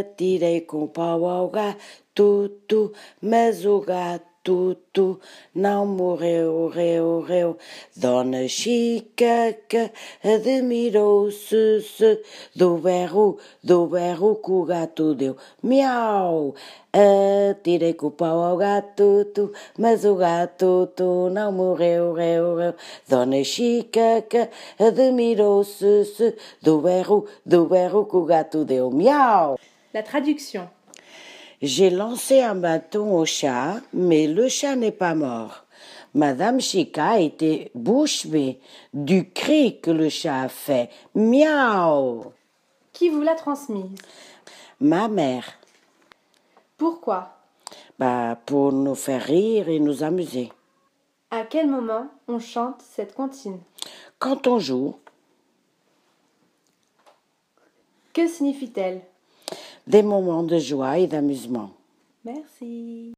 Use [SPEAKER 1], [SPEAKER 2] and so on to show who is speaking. [SPEAKER 1] Atirei com o pau ao gato, mas o gato não morreu, reu, reu. Dona Chica que admirou-se se, do berro, do berro que o gato deu. Miau! Eh, Atirei com o pau ao gato, tu, mas o gato tu não morreu, reu, reu. Dona Chica que admirou-se se, do berro, do berro que o gato deu. Miau!
[SPEAKER 2] La traduction.
[SPEAKER 1] J'ai lancé un bâton au chat, mais le chat n'est pas mort. Madame Chica était bouche bée du cri que le chat a fait. Miaou
[SPEAKER 2] Qui vous l'a transmise
[SPEAKER 1] Ma mère,
[SPEAKER 2] Pourquoi
[SPEAKER 1] bah, pour nous faire rire et nous amuser.
[SPEAKER 2] À quel moment on chante cette comptine
[SPEAKER 1] Quand on joue,
[SPEAKER 2] Que signifie-t-elle
[SPEAKER 1] des moments de joie et d'amusement.
[SPEAKER 2] Merci.